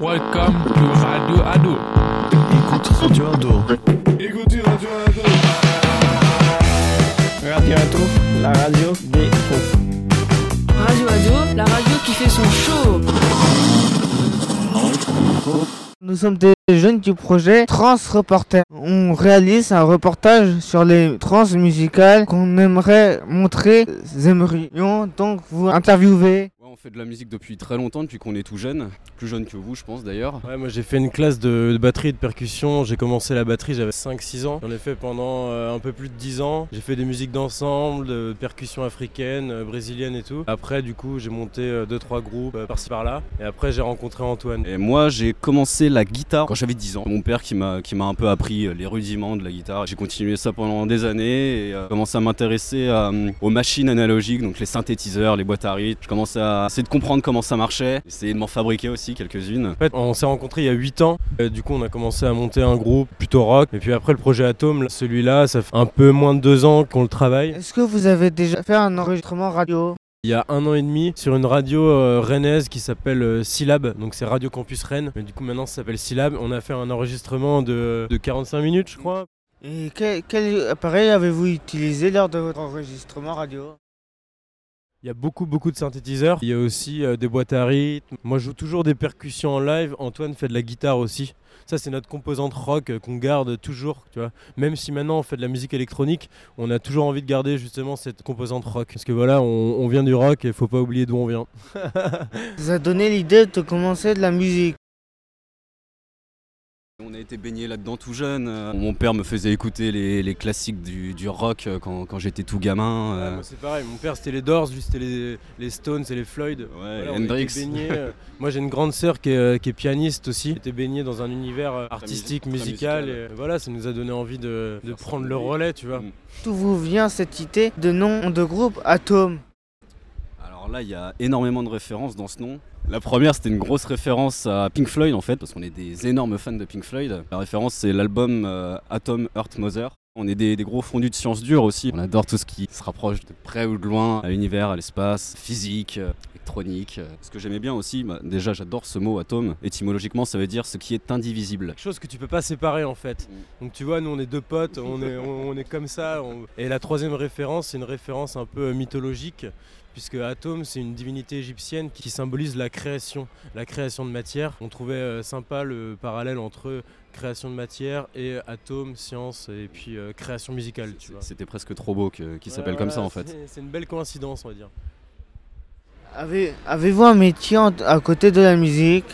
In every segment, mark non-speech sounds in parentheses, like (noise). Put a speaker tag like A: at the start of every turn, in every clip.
A: Welcome to Radio Ado.
B: Écoute Radio Ado.
A: Écoutez Radio Ado.
C: Radio Ado, la radio des faux.
D: Radio Ado, la radio qui fait son show.
E: Nous sommes des jeunes du projet Trans Reporter. On réalise un reportage sur les trans musicales qu'on aimerait montrer. Nous aimerions donc vous interviewer.
F: Ouais, on fait de la musique depuis très longtemps, depuis qu'on est tout jeune. Plus jeune que vous, je pense d'ailleurs.
G: Ouais, moi j'ai fait une classe de, de batterie et de percussion. J'ai commencé la batterie, j'avais 5-6 ans. J'en ai fait pendant euh, un peu plus de 10 ans. J'ai fait des musiques d'ensemble, de percussion africaine, euh, brésilienne et tout. Après, du coup, j'ai monté 2-3 groupes euh, par-ci par-là. Et après, j'ai rencontré Antoine.
F: Et moi, j'ai commencé la guitare quand j'avais 10 ans. Mon père qui m'a qui m'a un peu appris euh, les rudiments de la guitare. J'ai continué ça pendant des années et euh, commencé à m'intéresser à, euh, aux machines analogiques, donc les synthétiseurs, les boîtes à rythme. Je commençais à essayer de comprendre comment ça marchait, essayer de m'en fabriquer aussi quelques-unes.
G: En fait, on s'est rencontrés il y a 8 ans. Et du coup, on a commencé à monter un groupe plutôt rock. Et puis après, le projet Atome, celui-là, ça fait un peu moins de 2 ans qu'on le travaille.
E: Est-ce que vous avez déjà fait un enregistrement radio
G: Il y a un an et demi, sur une radio euh, rennaise qui s'appelle euh, Syllab. Donc c'est Radio Campus Rennes. Mais du coup, maintenant, ça s'appelle Syllab. On a fait un enregistrement de, de 45 minutes, je crois.
E: Et que- quel appareil avez-vous utilisé lors de votre enregistrement radio
G: Il y a beaucoup beaucoup de synthétiseurs, il y a aussi euh, des boîtes à rythme. Moi je joue toujours des percussions en live, Antoine fait de la guitare aussi. Ça c'est notre composante rock euh, qu'on garde toujours, tu vois. Même si maintenant on fait de la musique électronique, on a toujours envie de garder justement cette composante rock. Parce que voilà, on, on vient du rock et faut pas oublier d'où on vient.
E: Ça vous a donné l'idée de commencer de la musique.
F: On a été baigné là-dedans tout jeune. Euh, Mon père me faisait écouter les, les classiques du, du rock euh, quand, quand j'étais tout gamin.
G: Ouais,
F: euh.
G: moi, c'est pareil, mon père c'était les Doors, lui c'était les, les Stones et les Floyd.
F: Ouais,
G: Voilà, on
F: Hendrix.
G: était baignés, euh, Moi j'ai une grande sœur qui est, euh, qui est pianiste aussi. Elle était baignée dans un univers euh, artistique,
F: très
G: musical.
F: musical,
G: et, euh, voilà, ça nous a donné envie de, de
F: Faire ça
G: prendre
F: en
G: le
F: live.
G: relais, tu vois.
F: Mm.
E: D'où vous vient cette idée de nom de groupe Atom
F: Alors là, il y a énormément de références dans ce nom. La première, c'était une grosse référence à Pink Floyd en fait, parce qu'on est des énormes fans de Pink Floyd. La référence, c'est l'album euh, Atom Heart Mother. On est des, des gros fondus de sciences dures aussi. On adore tout ce qui se rapproche de près ou de loin à l'univers, à l'espace, physique, euh, électronique. euh. Ce que j'aimais bien aussi, bah, déjà, j'adore ce mot atome. Étymologiquement, ça veut dire ce qui est indivisible.
G: quelque chose que tu peux pas séparer en fait.
F: Mm.
G: Donc tu vois, nous on est deux potes, on est, on, on est comme ça. on- Et la troisième référence, c'est une référence un peu euh, mythologique, puisque Atom, c'est une divinité égyptienne qui symbolise la création, la création de matière. On trouvait euh, sympa le parallèle entre création de matière et atome, science, et puis euh, création musicale, tu vois.
F: C'était presque trop beau que- qu'il
G: Ouais,
F: s'appelle comme ça
G: voilà,
F: en fait.
G: c'est- C'est une belle coïncidence, on va dire.
E: Avez- Avez-vous un métier en- à côté de la musique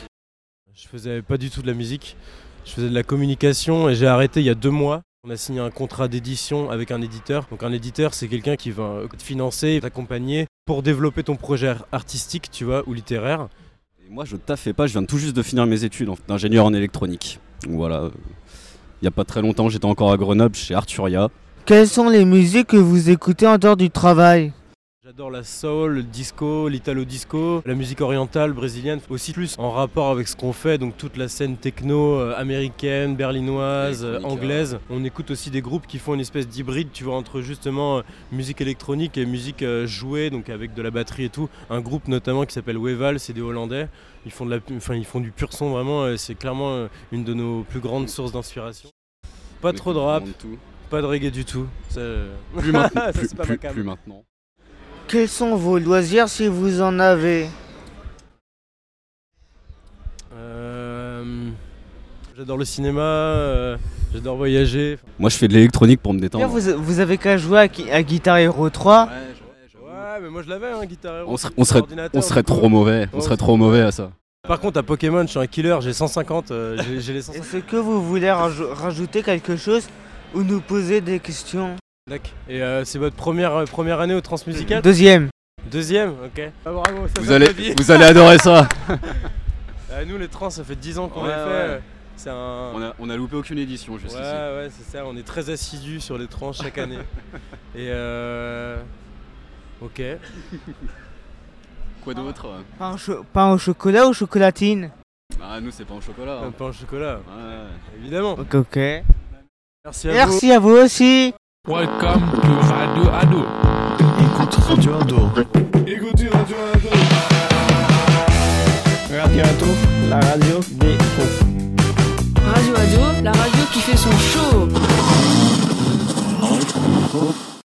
G: Je faisais pas du tout de la musique, je faisais de la communication et j'ai arrêté il y a deux mois. On a signé un contrat d'édition avec un éditeur. Donc un éditeur, c'est quelqu'un qui va euh, te financer, t'accompagner pour développer ton projet artistique, tu vois, ou littéraire.
F: Et moi, je taffais pas, je viens tout juste de finir mes études en- d'ingénieur en électronique. Donc voilà. euh, Il n'y a pas très longtemps, j'étais encore à Grenoble chez Arturia.
E: Quelles sont les musiques que vous écoutez en dehors du travail
G: J'adore la soul, le disco, l'italo disco, la musique orientale, brésilienne, aussi plus en rapport avec ce qu'on fait, donc toute la scène techno euh, américaine, berlinoise, euh,
F: Electronica.
G: anglaise. On écoute aussi des groupes qui font une espèce d'hybride, tu vois, entre justement euh, musique électronique et musique euh, jouée, donc avec de la batterie et tout. Un groupe notamment qui s'appelle Weval, c'est des Hollandais. Ils font, de la, pu- enfin, ils font du pur son vraiment, euh, c'est clairement euh, une de nos plus grandes sources d'inspiration. Pas trop de rap, pas de reggae du tout. Ça, euh,
F: Plus maintenant.
G: (laughs) Ça,
F: plus,
G: c'est pas
F: plus-
G: ma cam.
F: plus maintenant.
E: Quels sont vos loisirs si vous en avez
G: Euh, J'adore le cinéma, euh, j'adore voyager.
F: Moi, je fais de l'électronique pour me
E: D'ailleurs,
F: détendre.
E: vous, vous avez qu'à jouer à, Gui- à Guitar Hero 3.
G: Ouais, mais moi je l'avais, un guitare Hero.
F: On serait- on serait-
G: Ordinateur,
F: On serait
G: du coup.
F: trop mauvais. On
G: Ouais,
F: serait
G: c'est-
F: trop mauvais à ça.
G: Par contre, à Pokémon, je suis un killer, j'ai 150, euh, j'ai- j'ai les 150.
E: Est-ce que vous voulez raj- rajouter quelque chose ou nous poser des questions
G: D'accord. Et euh, c'est votre première, euh, première année au Transmusical
E: Deuxième.
G: Deuxième, ok. Ah, bravo, ça
F: Vous
G: donne
F: allez,
G: envie.
F: vous allez adorer ça.
G: Euh, nous, les trans, ça fait 10 ans qu'on
F: Ouais,
G: les fait.
F: ouais.
G: euh, C'est un.
F: a, loupé aucune édition
G: Ouais, ouais, c'est ça, on est très assidus sur les trans chaque année.
F: (laughs)
G: Et euh. Ok.
F: Quoi d'autre
E: Pain au, cho- pain au chocolat ou chocolatine
F: Ah, nous, c'est pas en chocolat.
G: Un pain au chocolat, évidemment.
E: Ok, ok.
G: Merci à vous.
E: Merci à vous aussi.
A: Welcome to Radio Ado.
B: Écoute Radio Ado.
A: Écoutez Radio Ado.
C: Radio Ado, la radio